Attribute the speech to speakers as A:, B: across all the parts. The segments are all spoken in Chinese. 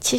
A: 其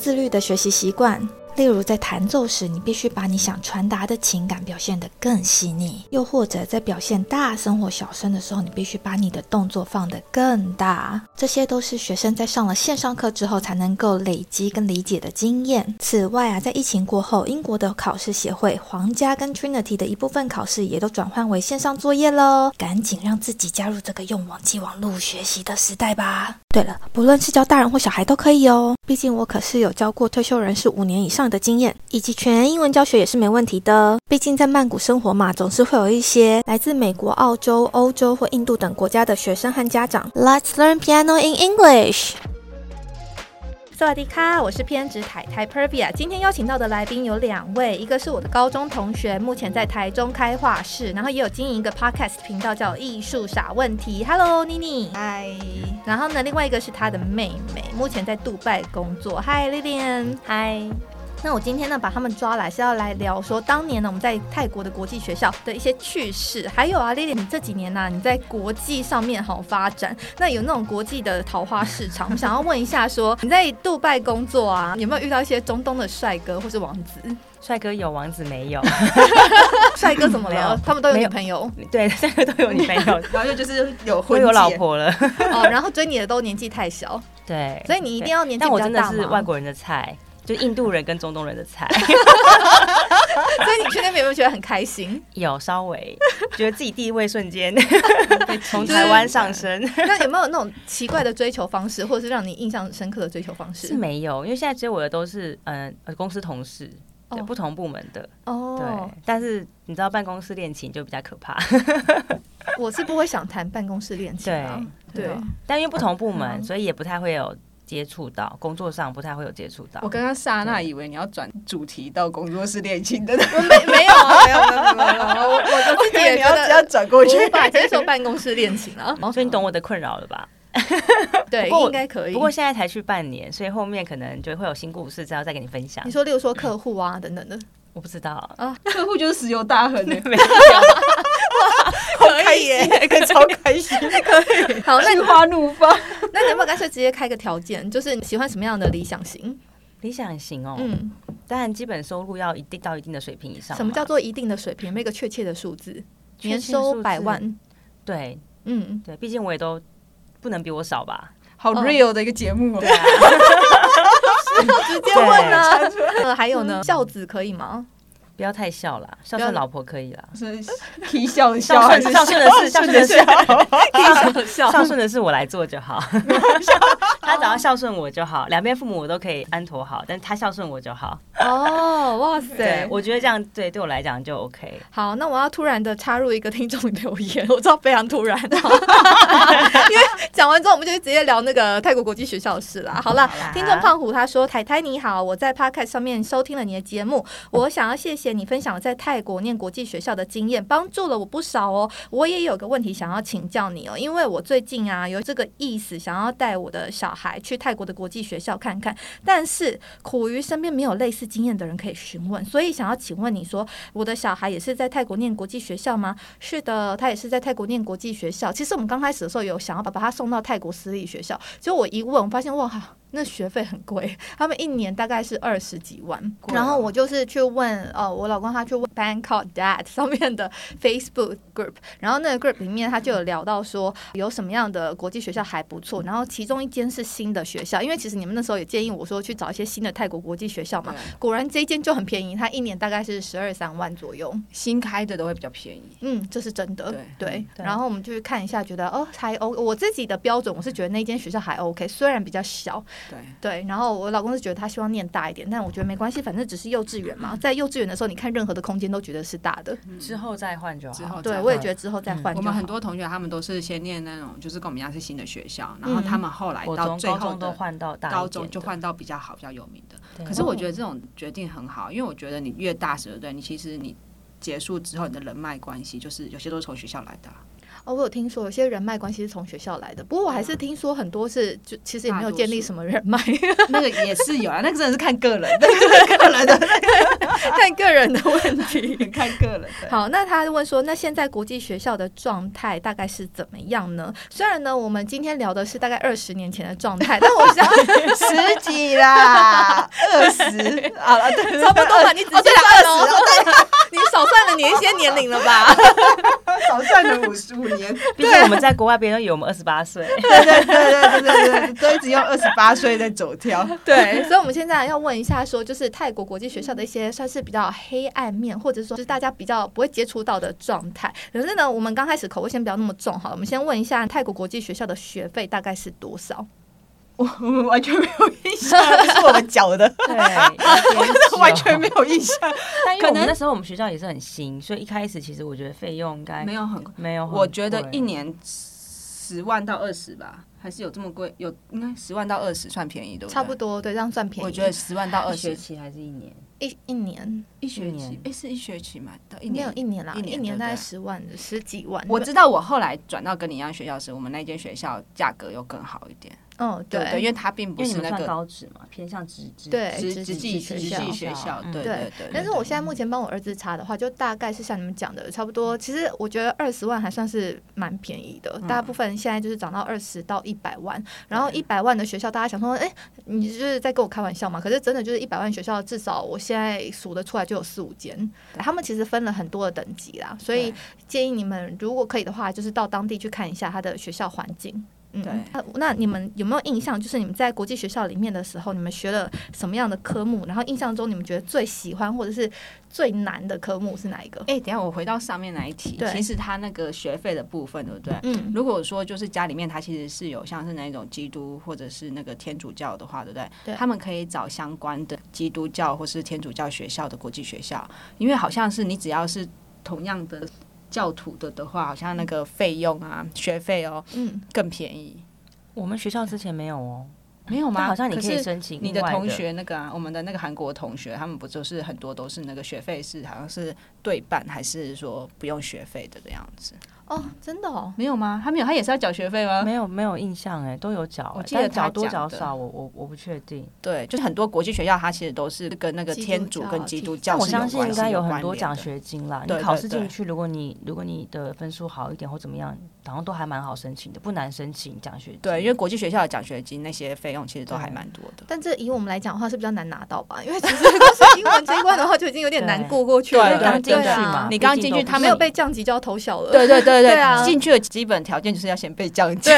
A: 自律的学习习惯。例如，在弹奏时，你必须把你想传达的情感表现得更细腻；又或者在表现大声或小声的时候，你必须把你的动作放得更大。这些都是学生在上了线上课之后才能够累积跟理解的经验。此外啊，在疫情过后，英国的考试协会、皇家跟 Trinity 的一部分考试也都转换为线上作业喽。赶紧让自己加入这个用网际网络学习的时代吧！对了，不论是教大人或小孩都可以哦，毕竟我可是有教过退休人士五年以上的经验，以及全英文教学也是没问题的。毕竟在曼谷生活嘛，总是会有一些来自美国、澳洲、欧洲或印度等国家的学生和家长。Let's learn piano in English。萨瓦迪卡，我是偏执太太 Pervia。今天邀请到的来宾有两位，一个是我的高中同学，目前在台中开画室，然后也有经营一个 podcast 频道叫《艺术傻问题》。Hello，妮妮。
B: 嗨，
A: 然后呢，另外一个是他的妹妹，目前在杜拜工作。嗨，Lilian。
B: 嗨，
A: 那我今天呢，把他们抓来是要来聊说，当年呢我们在泰国的国际学校的一些趣事，还有啊，Lilian，你这几年呢、你在国际上面好发展，那有那种国际的桃花市场，我想要问一下说，你在杜拜工作啊，有没有遇到一些中东的帅哥或是王子？
B: 帅哥有，王子没 有。
A: 帅哥怎么
B: 没
A: 了
B: 有？
A: 他们都有
B: 没
A: 女
B: 有
A: 朋友
B: 对，帅哥都有女朋 友，
C: 然后又就是有
B: 都
C: 婚
B: 有老
C: 戒，
B: 婆了。
A: 哦，然后追你的都年纪太小，
B: 对，
A: 所以你一定要年纪
B: 但
A: 比
B: 我
A: 较
B: 真的
A: 大
B: 是
A: 嘛
B: 外国人的菜，就印度人跟中东人的 菜。
A: 所以你去那边有没有觉得很开心？
B: 有稍微觉得自己地位瞬 间从
A: 就是
B: 台湾上升，
A: 那有没有那种奇怪的追求方式，或者是让你印象深刻的追求方式？
B: 是没有，因为现在追我的都是嗯、呃、公司同事。对
A: 哦
B: 不同部门的，对
A: 哦，
B: 但是你知道办公室恋情就比较可怕，
A: 我是不会想谈办公室恋情
B: 对
A: 啊。对，
B: 但因为不同部门，
A: 嗯
B: 所以也不太会有接触到，工作上不太会有接触到
C: 我。刚刚刹那以为你要转主题到工作室恋情的，没有
A: 没没有 啊，没有没有没有没有，我我我自己
C: 你
A: 也觉
C: 要这样
A: 得
C: 转过去。
A: 无法接受办公室恋情啊。
B: 所以你懂我的困扰了吧？
A: 对，
B: 不过
A: 应该可以。
B: 不过现在才去半年，所以后面可能就会有新故事，之后再跟你分享
A: 你。说，例如说客户啊等等 的，
B: 我不知道，
C: 客户就是石油大亨欸 呢，
B: 没有
C: 好开心，超开 心，
A: 好，那
C: 心
A: 你
C: 花怒放。
A: 那你要不要干脆直接开个条件，就是你喜欢什么样的理想型？
B: 理想型哦，
A: 嗯，
B: 当然基本收入要一定到一定的水平以上嘛。
A: 什么叫做一定的水平？没有一个确切的数字，
B: 啊确切
A: 年
B: 数
A: 收
B: 字
A: 百万。
B: 对
A: 嗯，
B: 对，毕竟我也都不能比我少吧？
C: 好
A: 嗯
C: real 的一个节目哦
B: 对，啊，
A: 直接问啊。 呃，还有呢，孝子可以吗？
B: 不要太笑啦，笑顺老婆可以啦。
C: 是啼笑的笑
B: 孝
C: 还
B: 顺
C: 是
B: 孝顺的事，孝顺的事，
A: 孝
B: 哎孝顺的事我来做就好。 他只要孝顺我就好，两边父母我都可以安妥好，但他孝顺我就好。
A: 哦，哇塞
B: 对，！我觉得这样对对我来讲就 OK。
A: 好，那我要突然的插入一个听众留言，我知道非常突然、哦 因为讲完之后我们就直接聊那个泰国国际学校的事啦。好啦，
B: 好啦
A: 听众胖虎他说：“太太你好，我在 Podcast 上面收听了你的节目，我想要谢谢你分享在泰国念国际学校的经验，帮助了我不少哦。我也有个问题想要请教你哦，因为我最近啊有这个意思，想要带我的小孩去泰国的国际学校看看，但是苦于身边没有类似经验的人可以询问，所以想要请问你说，我的小孩也是在泰国念国际学校吗？是的，他也是在泰国念国际学校。其实我们刚开始的时候有想要把把他送到泰国私立学校，结果我一问，我发现哇。那学费很贵，他们一年大概是二十几万。
B: 贵啊
A: 然后我就是去问，呃，我老公他去问 Bangkok Dad 上面的 Facebook group，然后那个 group 里面他就有聊到说有什么样的国际学校还不错，然后其中一间是新的学校，因为其实你们那时候也建议我说去找一些新的泰国国际学校嘛，果然这一间就很便宜，它一年大概是十二三万左右。
C: 新开的都会比较便宜。
A: 嗯，这是真的。
C: 对
A: 对
C: 嗯，
B: 对
A: 然后
D: 哦
A: 我们就去看一下，觉得哦还 O，我自己的标准我是觉得那间学校还 OK，虽然比较小，
C: 对，
D: 对，然后我老公是觉得他希望念大一点，但我觉得没关系，反正只是幼稚园嘛。在幼稚园的时候，你看任何的空间都觉得是大的。
C: 哦
B: 之后再换就
C: 之
B: 好
C: 后。
D: 对，
C: 再
D: 我也
C: 换
D: 觉得之后再换
C: 嗯我
D: 就
C: 们
D: 好
C: 很。多同学他们都是先念那种，就是跟我们一样是新的学校，然后他们后来
B: 我
A: 嗯
C: 到
B: 从
C: 最
B: 高
C: 后
B: 中都
C: 的
B: 换到大一
C: 高中
B: 点
C: 就
B: 的
C: 换到比较好、比较有名的。
B: 对
C: 可是我觉得这种决定很好，因为我觉得你越大十二对，你其实你结束之后，你的人脉关系就是有些都是从学校来的啊，
D: 哦，我有听说有些人脉关系是从学校来的，不过
C: 嗯
D: 我还是听说很多是就其实也没有建立什么人脉，
C: 那个也是有啊，那个真的是看个人，那个就是个人的，
D: 看个人的 问题。
C: 看个人的。
D: 好，那他问说，那现在国际学校的状态大概是怎么样呢？虽然呢，我们今天聊的是大概二十年前的状态，但我想
C: 十几啦，二十啊，啊对，
D: 差不多吧，你仔细算哦， 你少算了你一些年龄了吧？
C: 少算了五十五年，
B: 毕竟我们在国外，别人都以为我们二十八岁。
C: 对对对对对对对，都一直用二十八岁在走跳。
D: 对，所以我们现在要问一下说就是泰国国际学校的一些算是比较黑暗面，或者说就是大家比较不会接触到的状态。可是呢，我们刚开始口味先不要那么重，好了，我们先问一下泰国国际学校的学费大概是多少？
C: 我们完全没有印象，这是我们缴的，
B: 对， 有点久
C: 完全没。有印象，
B: 但因为
C: 可
B: 我们
C: 能
B: 那时候我们学校也是很新，所以一开始其实我觉得费用应该
C: 没有很。
B: 没有很贵。
C: 我觉得一年十万到二十吧，还是有这么贵，有应该十万到二十算便宜的，对对
D: 差不。多，对，这样算便宜。
C: 我觉得十万到二
B: 一学
C: 十
B: 期还是一年，
D: 一一年
C: 一学
B: 一
C: 期
B: 年，
C: 哎，是一学期嘛？到一
D: 没有
C: 年。
D: 一年啦，
C: 一年
D: 一年
C: 对
D: 大概
C: 对
D: 十万十几万。
C: 我知道，我后来转到跟你一样学校时，我们那间学校价格又更好一点，
D: 嗯，
C: 对
D: 对
C: 不对，因为它并
B: 因
C: 不
B: 为你
C: 是
B: 们
C: 那
B: 算
C: 个
B: 高职嘛，偏向职职
D: 对
C: 直
D: 直
C: 直系
D: 直
C: 直系
D: 系
B: 学
C: 学
B: 校
C: 校，
B: 嗯
C: 对
D: 对
C: 对对。
D: 但是我现在目前帮我儿子查的话，就大概是像你们讲的，差不多。其实我觉得二十万还算是蛮便宜的，
C: 嗯
D: 大部分现在就是涨到二十到一百万。然后一百万的学校，大家想说，哎、你就是在跟我开玩笑嘛？可是真的就是一百万学校，至少我现在数得出来就有四五间。
C: 对
D: 他们其实分了很多的等级啦，所以
C: 对
D: 建议你们如果可以的话，就是到当地去看一下他的学校环境。嗯
C: 对
D: 那那你们有没有印象？就是你们在国际学校里面的时候，你们学了什么样的科目？然后印象中你们觉得最喜欢或者是最难的科目是哪一个？
C: 哎、等一下我回到上面那一题
D: 对，
C: 其实它那个学费的部分，对不对？
D: 嗯，
C: 如果说就是家里面他其实是有像是那种基督或者是那个天主教的话，对不对？
D: 对
C: 他们可以找相关的基督教或是天主教学校的国际学校，因为好像是你只要是同样的教徒的的话，好像那个费用啊、学费哦
D: 嗯，
C: 更便宜，
B: 我们学校之前没有哦，
C: 没有吗？
B: 但好像你可
C: 可
B: 以
C: 是
B: 申请
C: 你
B: 另
C: 的
B: 外
C: 同学那个啊，我们的那个韩国同学，他们不就是很多都是那个学费是好像是对半，还是说不用学费的这样子？
D: 哦，真的哦，
C: 没有吗？他们有，他也是要缴学费吗？
B: 没有没有印象哎，都有缴，
C: 我
B: 哎
C: 记得
B: 但
C: 他
B: 缴多
C: 讲
B: 缴
C: 的
B: 少，我我我不确定。
C: 对，就是很多国际学校，它其实都是跟那个
D: 基督
C: 天主
D: 教
C: 跟基督教
B: 但我
C: 是有
B: 相
C: 关，
B: 信应该
C: 是
B: 有
C: 有
B: 很
C: 关
B: 多
C: 联
B: 奖
C: 的。
B: 学金啦。你
C: 对
B: 考
C: 对
B: 试
C: 对
B: 进去，如果你如果你的分数好一点或怎么样，好像都还蛮好申请的，不难申请奖学金。
C: 对，因为国际学校的奖学金那些费用其实都还蛮多的。
D: 但这以我们来讲的话是比较难拿到吧？因为其实光是英文这一关的话就已经有点难过过去了，
C: 对
D: 对啊
B: 刚进去嘛，
D: 对啊
C: 你刚进去
B: 毕竟都不
C: 他
D: 没
C: 们
D: 有
B: 是
D: 被降级就要投小额。
C: 对对对
D: 对啊
C: 进去的基本条件就是要先被降级，
D: 对，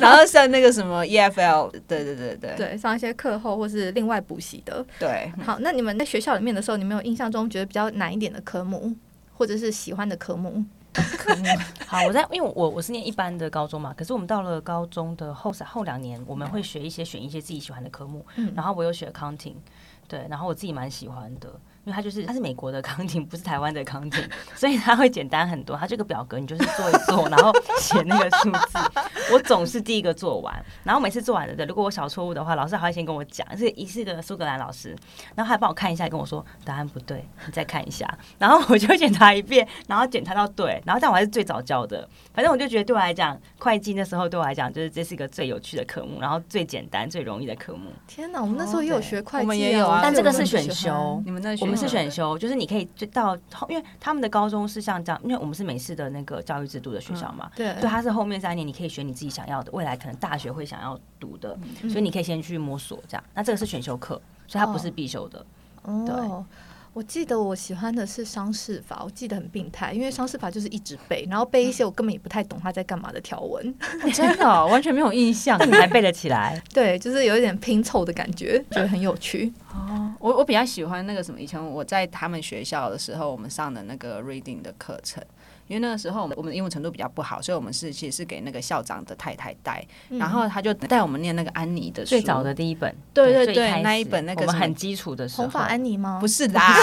C: 然后上那个什么 EFL，对对对对
D: 对，上一些课后或是另外补习的。
C: 对。
D: 好，那你们在学校里面的时候，你们有印象中觉得比较难一点的科目，或者是喜欢的科目？
B: 好，我在因为我我是念一般的高中嘛，可是我们到了高中的后三后两年，我们会学一些选一些自己喜欢的科目，
D: 嗯
B: 然后我有学 accounting，对，然后我自己蛮喜欢的。因为它就是它是美国的 accounting，不是台湾的 accounting，所以它会简单很多。它这个表格你就是做一做，然后写那个数字。我总是第一个做完，然后每次做完的，如果我小错误的话，老师还会先跟我讲，是一是个苏格兰老师，然后还帮我看一下，跟我说答案不对，你再看一下， 然后我就检查一遍，然后检查到对，然后但我还是最早教的，反正我就觉得对我来讲，会计那时候对我来讲，就是这是一个最有趣的科目，然后最简单、最容易的科目。
D: 天哪，我们那时候也有学会计、啊
C: 我们也有啊
B: 但这个是选
D: 我喜欢
B: 修，
C: 你们那
B: 我们是
C: 学校
B: 选修，就是你可以就到后，因为他们的高中是像这样，因为我们是美式的那个教育制度的学校嘛，
D: 对
B: 对，啊它是后面三年你可以选你自己想要的，未来可能大学会想要读的，
D: 嗯
B: 所以你可以先去摸索这样。那这个是选修课，所以它不是必修的。
D: 哦。我记得我喜欢的是商事法，我记得很病态，因为商事法就是一直背，然后背一些我根本也不太懂他在干嘛的条文，
C: 真的哦完全 没有印象
B: 那你还背得起来？
D: 对，就是有一点拼凑的感觉，觉得很有趣。
C: 哦。我我比较喜欢那个什么，以前我在他们学校的时候，我们上的那个 reading 的课程，因为那个时候我们我们英文程度比较不好，所以我们是其实是给那个校长的太太带，然后他就带我们念那个安妮的书，
B: 最早的第一本，
C: 对对
B: 最
C: 对
B: 开始
C: 那一本那个
B: 我们
C: 什么
B: 很基础的时候，
D: 红发安妮吗？
C: 不是啦，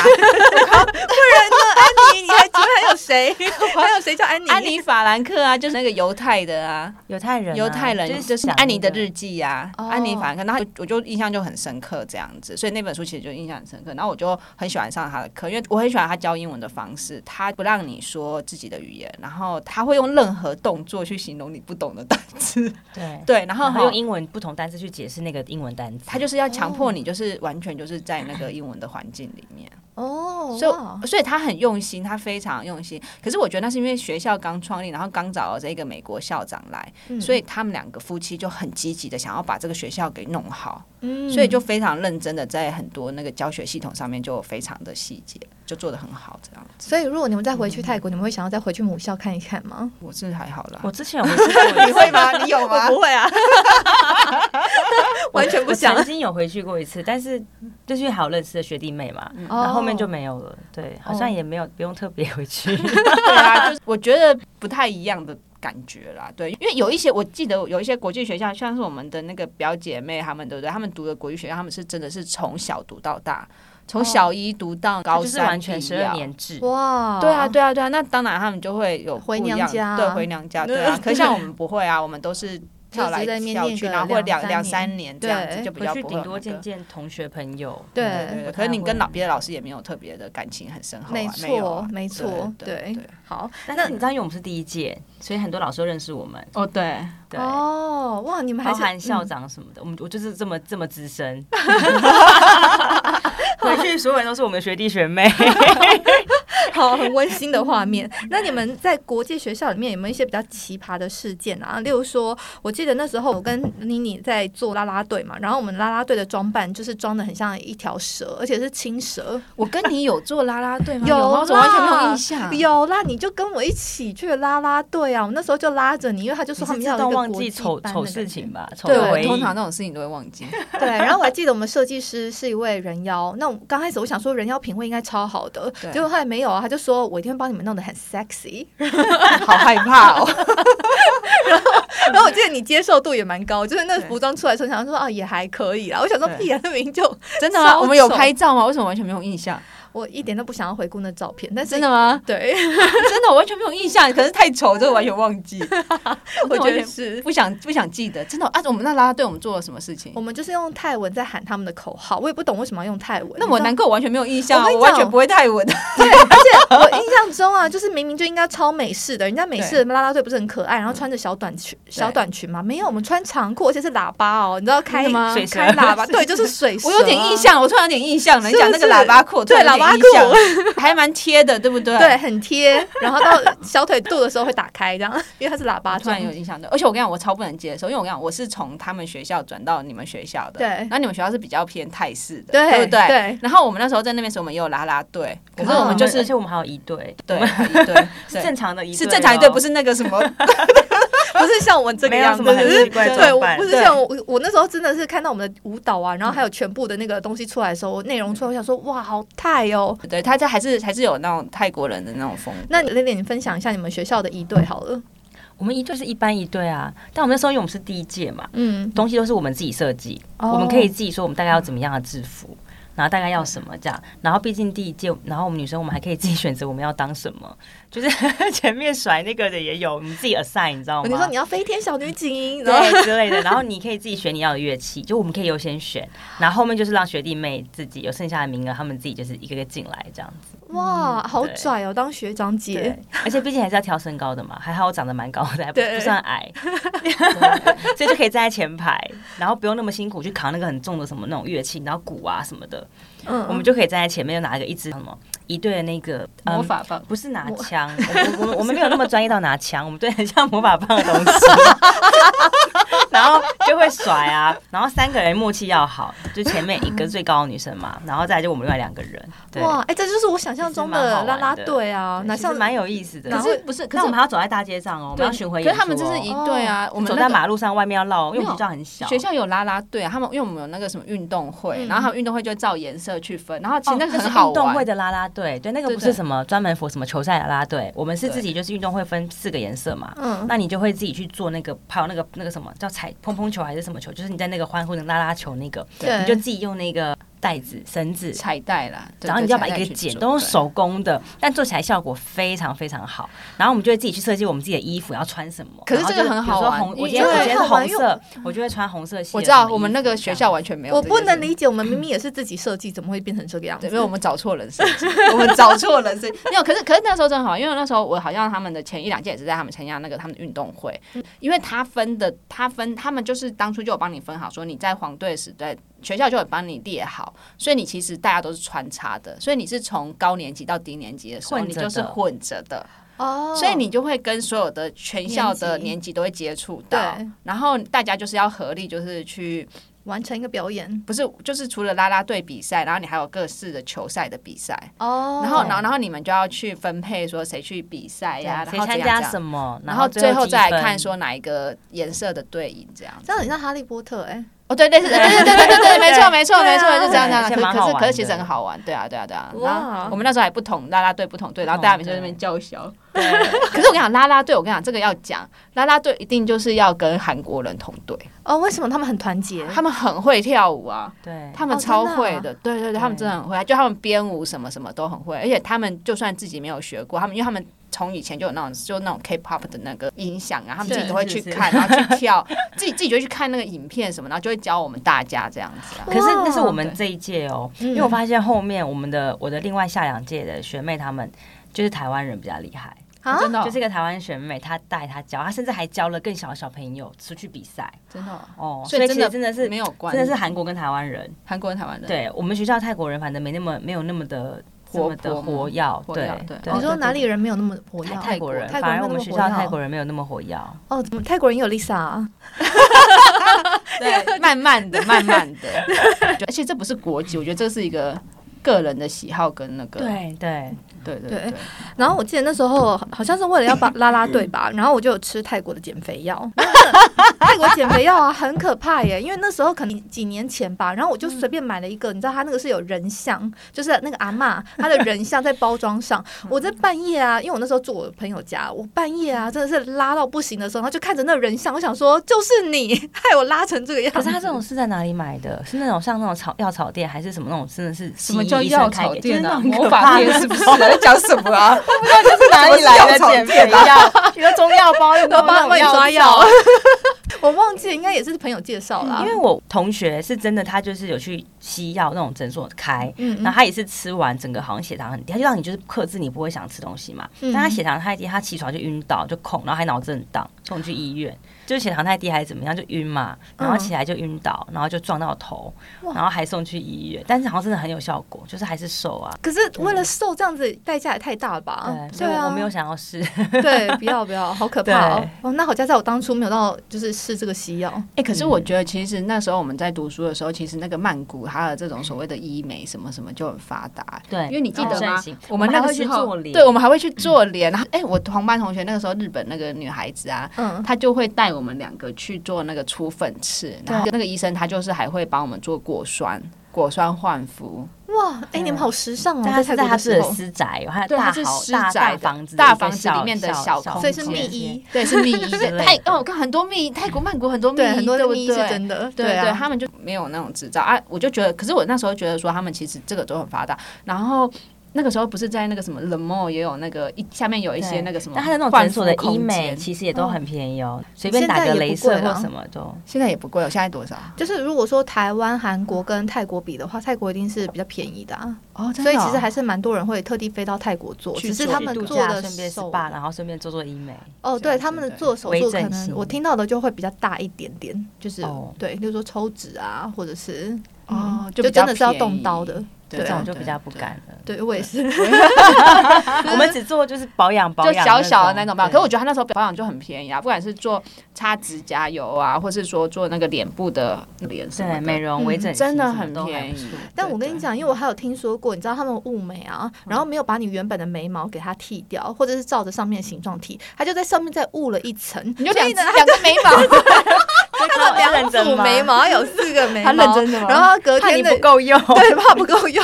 D: 安妮，你还请问还有谁？还有谁叫安 妮？
C: 安妮法兰克啊，就是那个犹太的啊，
B: 犹太人啊，
C: 犹太人就是
B: 想
C: 安妮的
B: 那个
C: 日记呀、
D: 哦
C: 安妮法兰克，然后我就印象就很深刻这样子，所以那本书其实就印象很深刻。然后我就很喜欢上他的课，因为我很喜欢他教英文的方式，他不让你说自己的语言，然后他会用任何动作去形容你不懂的单词，
B: 对。
C: 对，然后
B: 然
C: 还
B: 后
C: 有
B: 用英文不同单词去解释那个英文单词，
C: 他就是要强迫你，就是完全就是在那个英文的环境里面。
D: 哦，
C: 所以
D: 哇
C: 我，所以他很用心，他非常用心。可是我觉得那是因为学校刚创立，然后刚找了这个美国校长来，
D: 嗯
C: 所以他们两个夫妻就很积极的想要把这个学校给弄好，
D: 嗯
C: 所以就非常认真的在很多那个教学系统上面就非常的细节，就做的很好。这样
D: 所以如果你们再回去泰国，你们会想要再回去母校看一看吗？
C: 我是还好啦
B: 我。之前有回去过一次，
C: 吗？ 你有
D: 我不会啊，完全不想
B: 我。曾经有回去过一次，但是就是因为还有认识的学弟妹嘛，
C: 嗯
B: 然
D: 哦
B: 后后面就没有了。对，
C: 哦
B: 好像也没有不用特别回去。
C: 对啊，就是我觉得不太一样的感觉啦。对，因为有一些我记得有一些国际学校，像是我们的那个表姐妹她们，对不对？她们读的国际学校，她们是真的是从小读到大，从小一读到高
B: 就是
C: 三
B: 完
C: 毕业啊，
B: 全十二年制，
D: 哇，
C: 对啊，对啊，对啊，那当然他们就会有
D: 哦回
C: 不一样
D: 娘家啊
C: 对，回娘家，对啊。可像我们不会啊，我们都是跳来
D: 就在那边
C: 跳
D: 念
C: 去，
D: 个
C: 然后或
D: 两
C: 两
D: 三
C: 两三年
D: 年
C: 这样子，
D: 对
C: 就比
B: 回
C: 较
B: 去
C: 不会有
B: 顶
C: 那
B: 多
C: 个
B: 见见同学朋友。嗯
D: 对
C: 对对对。
B: 不
C: 可
B: 太
C: 是你
B: 会
C: 跟老别的老师也没有特别的感情很深厚啊，
D: 没
C: 没有啊
D: 错，没错，对，好，
B: 但是你知道，因为我们是第一届，所以很多老师都认识我们，
C: 哦对，
B: 对，
D: 哦，哇，你们还
B: 包
D: 是
B: 含校
D: 嗯
B: 长什么的。我们我就是这么这么资深， 回去所有人都是我们的学弟学妹。
D: 好，很温馨的 画面。那你们在国际学校里面有没有一些比较奇葩的事件啊？例如说，我记得那时候我跟妮妮在做啦啦队嘛，然后我们啦啦队的装扮就是装的很像一条蛇，而且是青蛇。
C: 我跟你有做啦啦队吗？
D: 有
C: 吗？我怎么完全没
D: 啦
C: 有印象。
B: 嗯
D: 有啦，你就跟我一起去啦啦队啊！我那时候就拉着你，因为他就 说
B: 你
D: 他
B: 是
D: 们要
B: 自
D: 有
B: 动
D: 一个
B: 忘
D: 国
B: 记
D: 际
B: 丑
D: 班
B: 丑
D: 的
B: 事
D: 感
B: 情
D: 觉。
B: 吧，丑
C: 对，
B: 的
C: 我
B: 回忆。
C: 通常那种事情都会忘记。
D: 对，然后我还记得我们设计师是一位人妖，那我刚开始我想说人妖品味应该超好的，
C: 对
D: 结果后来没有啊，他就说我一定会帮你们弄得 很 sexy，
C: 好害怕哦！
D: 然后我记得你接受度也蛮高，就是那个
C: 对
D: 服装出来的时候，想说啊也还可以啦。我想说
C: 对
D: 屁啊，那明明就
C: 真的 吗？
D: 超
C: 我们有
D: 丑
C: 拍照吗？为什么完全没有印象？
D: 我一点都不想要回顾那照片，但是
C: 真的吗？
D: 对，
C: 真的，我完全没有印象。可是太丑，这个完全忘记。
D: 我
C: 我
D: 觉
C: 觉
D: 得
C: 得
D: 是。
C: 不想不想记得，真的啊！我们那啦啦队我们做了什么事情
D: 我？们就是用泰文在喊他们的口号，我也不懂为什么要用泰文。
C: 那我难
D: 你
C: 怪我完全没有印象啊，
D: 我
C: 我
D: 跟你
C: 完
D: 讲
C: 全不会泰文。
D: 知道对，而且我印象中啊，就是明明就应该超美式的，人家美式的啦啦队不是很可爱，然后穿着小短裙、小短裙吗？没有，我们穿长裤，而且是喇叭哦，你知道开
C: 真的吗
B: 水蛇
D: 开喇叭，对，就是水蛇啊
C: 我有点印。象，我突然有点印象了。你讲那个喇叭裤，
D: 对
C: 突然有点
D: 喇叭
C: 印象还蛮贴的，对不对？
D: 对，，很贴，然后到小腿肚的时候会打开，这样，因为它是喇叭
C: 啊突
D: 状
C: 然。有印象的。而且我跟你讲，我超不能接受，因为我跟你讲，我是从他们学校转到你们学校的，
D: 对
C: 然后你们学校是比较偏泰式的，
D: 对
C: 不对？
D: 对
C: 然后我们那时候在那边时，我们也有啦啦队，可是
D: 哦
C: 我们就
B: 而
C: 是
B: 且我们还有一队，
C: 对 对
B: 是
C: 对
B: 正。常的一队哦，
C: 是正常一队，不是那个什么，
D: 不是像我们这个
B: 没有
D: 样
B: 什
D: 子，
B: 么很
D: 就是
B: 奇怪的
D: 对，
B: 装
D: 我
B: 扮
D: 不是
C: 对
D: 像我，我那时候真的是看到我们的舞蹈啊，然后还有全部的那个东西出来的时候，内容出来，我想说哇，好泰哦。
C: 对，他这还是还是有那种泰国人的那种风格。
D: 那蕾蕾，你分享一下你们学校的一队好了。
B: 我们一队是一班一队啊。但我们那时候因为我们是第一届嘛，
D: 嗯，
B: 东西都是我们自己设计，
D: 哦
B: 我们可以自己说我们大概要怎么样的制服，然后大概要什么这样。然后毕竟第一届，然后我们女生我们还可以自己选择我们要当什么，就是 前面甩那个的也有，你自己 assign，你知道吗？
D: 你说你要飞天小女警，然后
B: 对之类的，然后你可以自己选你要的乐器，就我们可以优先选，然后后面就是让学弟妹自己有剩下的名额，他们自己就是一个个进来这样子。
D: 哇，好
B: 对
D: 拽哦，当学长姐
B: 对。，而且毕竟还是要挑身高的嘛，还好我长得蛮高的，还不
D: 对
B: 不算 矮，所以就可以站在前排，然后不用那么辛苦去扛那个很重的什么那种乐器，然后鼓啊什么的，
D: 嗯，
B: 我们就可以站在前面，就拿一个一支什么一队的那个、嗯
C: 魔法棒
B: 不是拿 枪， 我们我们我们没有那么专业到拿枪，我们对很像魔法棒的东西，然后就会甩啊，然后三个人默契要好，就前面一个最高的女生嘛，然后再来就我们另外两个人，对，
D: 哇，哎、这就是我想象中
B: 其实蛮
D: 的
B: 好玩的
D: 啦啦队啊，
B: 对
D: 哪
B: 其实
D: 像
B: 蛮有意思的。
D: 哪
C: 可
D: 会
C: 是不是？可
B: 那
C: 是
B: 我们还要走在大街上哦，我们要巡回演出、
C: 可
B: 哦。哦
C: 是他们这是一对啊，我们
B: 走
C: 那
B: 在
C: 个
B: 马路上，外面要绕，因为我
C: 没
B: 们
C: 有
B: 学校很小，
C: 学校有啦啦队啊，他们因为我们有那个什么运动会，
D: 嗯
C: 然后他们运动会就会照颜色去分，然后其实
B: 哦
C: 那个
B: 是
C: 很好
B: 运动会
C: 玩。
B: 的啦啦队，对，那个
C: 对
B: 不
C: 对
B: 是什么专门 for 什么球赛啦啦队，我们是自
C: 对
B: 己就是运动会分四个颜色嘛，
D: 嗯，
B: 那你就会自己去做那个抛那个那个什么叫彩碰碰球还是什么球，就是你在那个欢呼的啦啦球那个，
D: 对，
B: 你就自己用那个袋子绳子。
C: 彩带啦，对
B: 然后你
C: 对
B: 就要把
C: 彩带
B: 一个
C: 去
B: 剪，
C: 做
B: 都用
C: 对
B: 手工的，但做起来效果非常非常好。然后我们就会自己去设计我们自己的衣服要穿什么。
C: 可是
B: 然后
C: 这个
B: 就
C: 很
B: 比如
C: 好
B: 说
C: 玩
B: 红我
C: 因为
B: 今天我今
D: 这个
B: 天
D: 很
B: 是
D: 好玩
B: 红
D: 因为
B: 色，我就会穿红色系的
C: 我知
B: 什
C: 道
B: 么
C: 我们
B: 衣
C: 那
B: 服
C: 个
B: 这
C: 学
B: 样
C: 校完全没有
D: 我
C: 这
D: 不
C: 件
D: 能
C: 事
D: 理解，我们明明也是自己设计，怎么会变成这个样子？
C: 对，因为我们找错人生， 我们找错人生。没有，可是可是那时候真好，因为那时候我好像他们的前一两届也是在他们参加那个他们的运动会，
D: 嗯
C: 因为他分的他分他们就是当初就有帮你分好，说你在黄队时代学校就有帮你列好，所以你其实大家都是穿插的，所以你是从高年级到低年级的时候，
B: 混
C: 你
B: 着的
C: 就是混着的，
D: 哦，
C: 所以你就会跟所有的全校的
D: 年级
C: 年级都会接触
D: 对
C: 到，然后大家就是要合力，就是去
D: 完成一个表演
C: 不是，就是除了啦啦队比赛，然后你还有各式的球赛的比赛，
D: 哦
C: 然后然后然后你们就要去分配说谁啊去比赛呀、
B: 对
C: 然
B: 谁
C: 后
B: 参
C: 怎样
B: 加
C: 怎样
B: 什么，
C: 然
B: 后
C: 后最后
B: 积
C: 再来
B: 分
C: 看说哪一个颜色的队赢这样。
D: 这样很像哈利波特哎、
C: 哦，对，类似，对对对对对 对，没啊错没错没错，就这样这样。
B: 而且
C: 可
B: 蛮
C: 是
B: 好
C: 可是
B: 玩
C: 可是其实
B: 的
C: 很好玩，对啊对啊对啊。
D: 哇
C: 然后我们那时候还不同啦啦队不同队，然后
B: 不同
C: 大家每次在
B: 队
C: 那边叫嚣。
B: 对
C: 可是我跟你讲，啦啦队，我跟你讲这个要讲，啦啦队一定就是要跟韩国人同队，
D: 哦，为什么他们很团结？
C: 他们很会跳舞啊。
B: 对，
C: 他们
D: 哦
C: 超
D: 真的
C: 会
D: 啊
C: 的，对对对，他们
B: 嗯
C: 真的很会，就他们编舞什么什么都很会，而且他们就算自己没有学过，他们因为他们从以前就有那种就那种 K-pop 的那个影响啊，他们自己
D: 对
C: 都会
B: 是
C: 去
B: 是
C: 看，然 后去跳，自己自己就会去看那个影片什么，然后就会教我们大家这样子啊。
B: 可是那是
D: 哇
B: 我们这一届哦，
D: 嗯
B: 因为我发现后面我们的我的另外下两届的学妹她们就是台湾人比较厉害，
D: 啊，
C: 真的哦、
B: 就是一个台湾学妹，她带她教，她甚至还教了更小的小朋友出去比赛
C: 真的哦、
B: 哦，所
C: 所以
B: 以
C: 真
B: 其
C: 的
B: 实真的是
C: 没有关，
B: 真的是韩国跟台湾人，
C: 韩国人、台湾人，
B: 对我们学校泰国人反正没那么没有那么的这
C: 活
B: 么的
C: 泼吗
B: 活跃，
C: 活
B: 对
C: 跃对
D: 你
C: 哦
D: 说哪里人没有那么活跃？
B: 泰泰国人，
D: 泰国
B: 反
D: 人
B: 而我
D: 没有那
B: 们
D: 么
B: 学
D: 活
B: 校
D: 跃
B: 泰国人没有那么活跃，
D: 哦，怎么泰国人也有 Lisa 啊？
C: 对，慢慢的，慢慢的， 而且这不是国籍，我觉得这是一个个人的喜好跟那个，
B: 对对，
C: 对对
D: 对
C: 对，
D: 然后我记得那时候好像是为了要把拉拉队
B: 嗯
D: 吧，然后我就有吃泰国的减肥 药。那个泰国减肥药啊，很可怕耶，因为那时候可能几年前吧，然后我就随便买了一
B: 嗯
D: 个，你知道它那个是有人像，就是那个阿嬷她的人像在包装上。
B: 嗯
D: 我在半夜啊，因为我那时候住我朋友家，我半夜啊真的是拉到不行的时候，然后就看着那个人像，我想说就是你害我拉成这个样子。
B: 可是他这种是在哪里买的？是那种像那种草药草店，还是什么那种真的是
C: 什
B: 西
C: 么
B: 医
C: 叫
B: 医生
C: 药
B: 开
C: 草
B: 给？就是
C: 店
B: 那
C: 啊？
B: 种很
C: 魔
B: 可
C: 法
B: 怕
C: 店
B: 的
C: 是不是？在讲什么啊？ 不知道这是
B: 哪里来的减肥
C: 药？啊比如中药包，
D: 我帮帮你抓药
C: 草，
D: 我忘记了应该也是朋友介绍啦，
B: 嗯
C: 啊
B: 因为我同学是真的，他就是有去西药那种诊所开，
D: 嗯
B: 然后他也是吃完整个好像血糖很低，他就让你就是克制你不会想吃东西嘛。
D: 嗯
B: 但他血糖太低，他起床就晕倒就恐，然后还脑震荡，送去医院，就是血糖太低还是怎么样就晕嘛，然
C: 嗯
B: 后起来就晕倒，然后就撞到头，
D: 哇
B: 然后还送去医院，但是好像真的很有效果，就是还是瘦啊。
D: 可是为了瘦这样子代价也太大了
C: 哦
D: 吧？啊
B: 对，所以
C: 啊
B: 我没有想要试。
D: 对，不要不 要，好可怕哦
B: 对！
D: 哦，那好在在我当初没有到就是试这个西药，
C: 哎、可是我觉得其实那时候我们在读书的时候，其实那个曼谷它的这种所谓的医美什么什么就很发达。
B: 对
C: 因为你记得
B: 很盛
C: 吗
B: 行？
C: 哦我们那
B: 还
C: 个
B: 会
C: 时
B: 去
C: 候
B: 做，脸
C: 对，我们还会去做脸。然后，哎、我同班同学那个时候日本那个女孩子啊，
D: 嗯，
C: 他就会带我们两个去做那个除粉刺，然后那个医生他就是还会帮我们做果酸。果酸焕肤，
D: 哇，哎，你们好时尚哦，
B: 但他是
D: 在
B: 在
D: 泰国
B: 他
D: 的
B: 自己的私
D: 时候，
B: 宅哦，他
C: 对
B: 大
C: 他是
B: 豪
C: 私
B: 大
C: 宅
B: 大
C: 的
B: 房子的
C: 大
B: 一个
C: 房子里面的小空嗯
D: 所以是
C: 空
D: 密
B: 间
D: 医，
C: 对，是 密医
B: 之类的嗯
C: 泰哦，我看很多密泰国曼谷很多密医，
D: 对，很多
C: 对
D: 的
C: 不
D: 咪是
C: 对
D: 真的，
C: 对
D: 啊，
C: 他们就没有那种执照啊。我就觉得，可是我那时候觉得说，他们其实这个都很发达。然后那个时候不是在那个什么冷漠也有那个一下面有一些
B: 对
C: 那个什么
B: 但
C: 换
B: 他的那种诊
C: 肤空间，
B: 所的医美其实也都很便宜哦，随便打个镭射或什么都。
C: 现在也不贵哦，现在多少？
D: 就是如果说台湾、韩国跟泰国比的话，泰国一定是比较便宜的啊，
C: 哦，真的
D: 所以
C: 哦
D: 其实还是蛮多人会特地飞到泰国做，
C: 去
D: 只是
C: 做
D: 他
C: 去
D: 们
B: 度
D: 做
B: 假
D: 的
B: 顺便
D: 手
B: SPA，然后顺便做做医美，
D: 哦，
C: 这样
D: 对，
C: 子
D: 他们
C: 对
D: 做手
B: 微
D: 术
B: 整
D: 可能
B: 形
D: 我听到的就会比较大一点点，就是
B: 哦
D: 对，例如说抽脂啊，或者是
C: 哦
D: 嗯
C: 就
D: 就
C: 比较
D: 真的是要
C: 便宜
D: 动刀的，
B: 对，这种就比较不敢了。
D: 啊对我也是，
B: 我们只做就是保养保
C: 就
B: 养，
C: 小小的那种吧。可是我
B: 对
C: 觉得他那时候保养就很便宜啊，不管是做擦指甲油啊，或是说做那个脸部的脸什么
B: 对
C: 的
B: 美容
D: 嗯
B: 微整形
C: 真的
B: 什么
C: 很
B: 都还
C: 便
B: 不
C: 宜
B: 错。
D: 但我跟
C: 对嗯
D: 你讲，因为我还有听说过，你知道他们雾眉啊，然后没有把你原本的眉毛给它剃掉，或者是照着上面的形状剃，它就在上面再雾了一层，
C: 你
D: 所
C: 就
D: 以
C: 两
D: 呢，
C: 两个眉 毛，
B: 他
D: 它 的两组眉，毛有四个眉毛，
C: 他认真的吗
D: 然后它隔
B: 怕
D: 天
B: 你
D: 的
B: 不够用。
C: 哦
D: 对，怕不够用。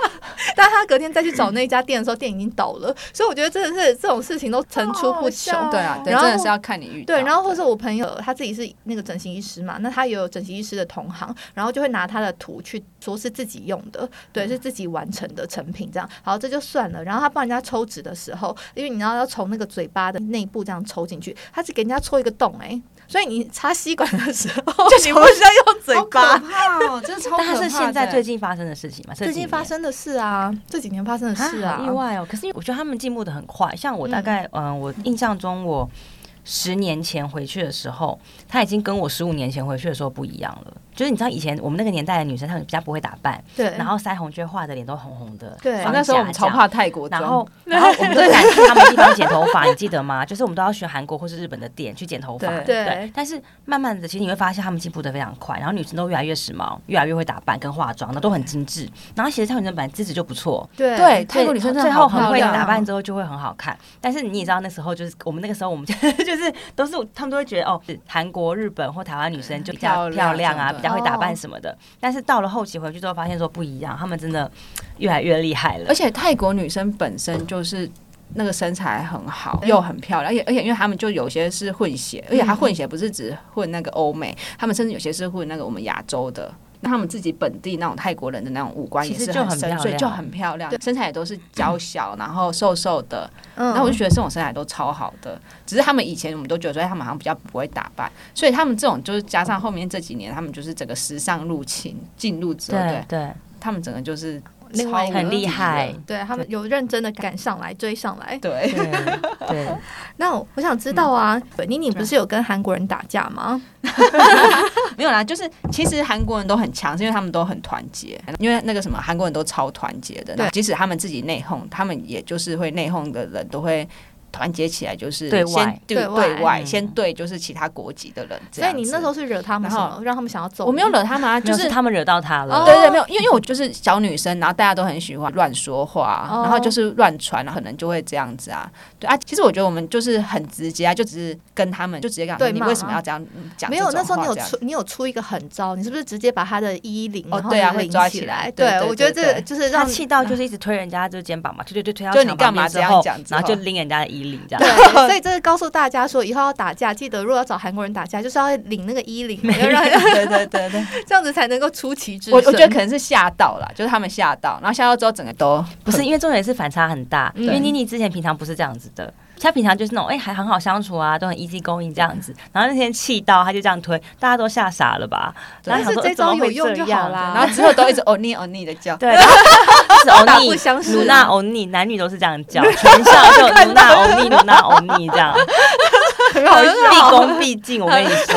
D: 但他隔天再去找那家店的时候，店已经倒了，所以我觉得真的是这种事情都层出不穷。
C: 对啊，对，
D: 然后
C: 真的是要看你遇到。
D: 对，然后或者我朋友他自己是那个整形医师嘛，那他也有整形医师的同行，然后就会拿他的图去说是自己用的，对，是自己完成的成品这样。好，这就算了。然后他帮人家抽脂的时候，因为你知道要从那个嘴巴的内部这样抽进去，他只给人家戳一个洞哎、所以你插吸管的时候，就你不是要用嘴
C: 好
D: 巴
C: 可。怕哦，真的超可
B: 但
C: 怕
B: 它
C: 的。
B: 是现在最近发生的事情嘛？这
D: 最
B: 几
D: 近发
B: 年
D: 生的事啊，这几年发生的事啊，
B: 好意外哦。可是因为我觉得他们进步的很快，像我大概嗯、呃我印象中我十年前回去的时候，他已经跟我十五年前回去的时候不一样了。就是你知道以前我们那个年代的女生，她们比较不会打扮，
D: 对，
B: 然后腮红就会画的脸都红红的，
D: 对
B: 然
C: 啊
B: 后
C: 那时候我们
B: 假
C: 超
B: 这样
C: 怕泰国妆，
B: 然 后，然后我们都敢去他们地方剪头发，你记得吗？就是我们都要学韩国或是日本的店去剪头发。
C: 对
D: 对
B: 但是慢慢的，其实你会发现他们进步的非常快，然后女生都越来越时髦，越来越会打扮跟化妆，那都很精致。然后其实泰国女生本来资质就不错，
D: 对
C: 对
B: 所以
C: 泰国女生真的
B: 最后
C: 好
B: 很
C: 漂
B: 会
C: 亮
B: 打
C: 啊。
B: 扮之后就会很好看。但是你也知道那时候就是我 们那个时候我们就是都是他们都会觉得哦，韩国、日本或台湾女生就比较
C: 嗯
B: 漂
C: 漂亮哦
B: 亮啊，
C: 真的
B: 比较会打扮什么的。但是到了后期回去之后，发现说不一样，他们真的越来越厉害了
C: 而。且泰国女生本身就是那个身材很好，
B: 嗯
C: 又很漂亮，而且而且因为她们就有些是混血，而且她混血不是只混那个欧美，她们甚至有些是混那个我们亚洲的。那他们自己本地那种泰国人的那种五官也
B: 其
C: 是
B: 实就很漂
C: 深
B: 亮啊
C: 邃，就很漂亮
D: 对，
C: 身材也都是娇小，然后瘦瘦的。
D: 嗯，
C: 然后我就觉得这种身材都超好的，只是他们以前我们都觉得说他们好像比较不会打扮，所以他们这种就是加上后面这几年他们就是整个时尚入侵进入之后，对哎
B: 对对，
C: 他们整个就是
D: 另外一
C: 超
D: 个
B: 很厉害。
D: 对他们有认真的赶上来，追上来。
C: 对，嗯
B: 对对，
D: 那我想知道啊，妮妮不是有跟韩国人打架吗？
C: 没有啦，就是其实韩国人都很强，是因为他们都很团结，因为那个什么韩国人都超团结的，
D: 对
C: 那即使他们自己内讧，他们也就是会内讧的人都会。团结起来就是
B: 对
C: 先
B: 外
C: 对
D: 对外
C: 对外
B: 嗯
C: 先对就是其他国籍的人这
D: 所以
C: 样子。
D: 你那时候是惹他们什
C: 啊然
D: 么，让他们想要揍你？
C: 我没有惹他们啊，
B: 就
C: 就是是
B: 他们惹到他
D: 哦
B: 了。
C: 对对，没有，因为因为我就是小女生，然后大家都很喜欢乱说话，
D: 哦
C: 然后就是乱传，可能就会这样子啊。对啊，其实我觉得我们就是很直接啊，就只是跟他们就直接讲，
D: 对
C: 你
D: 嘛
C: 为什么要这样嗯讲这
D: 没
C: 种
D: 有，
C: 话这
D: 那
C: 样子？
D: 时候你有出你 有出一个狠招，你是不是直接把他的衣领
C: 哦
D: 然后
C: 对啊
D: 领
C: 会抓
D: 起
C: 起来对
D: 对，
C: 对
D: 我觉得
C: 对
D: 这
C: 对
D: 就是
B: 他
D: 让
B: 气到就是一直推人家这肩膀嘛，推推推推到
C: 嗯就你
B: 墙
C: 干
B: 旁边
C: 嘛
B: 之
C: 这样
B: 后
C: 讲之
B: 然后就
C: 后
B: 拎人家的衣领这样。
D: 对，所以这是告诉大家说，以后要打架，记得如果要找韩国人打架，就是要领那个衣 领，要让
C: 对对对对，
D: 这样子才能够出奇制
C: 我我
D: 胜
C: 觉得可能是吓到了，就是他们吓到，然后吓到之后整个都
B: 不是，因为重点是反差很大，
D: 嗯
B: 因为
C: 对
B: 妮妮之前平常不是这样子的，她平常就是那种哎、还很好相处啊，都很 easy going 这样子。然后那天气到，她就这样推，大家都吓傻了吧？
C: 对
B: 然后想说
D: 但是这招
B: 怎么会
D: 有
B: 这
D: 用就好
B: 样
D: 啦
C: 然后之后都一直 哦腻哦腻的叫，
B: 对，然后是欧
D: 打
B: 尼
D: 不相识
B: 努娜欧尼，男女都是这样 叫，全校就努娜欧尼、努娜欧尼这样，
D: 很好
B: 毕恭毕敬。我跟你说。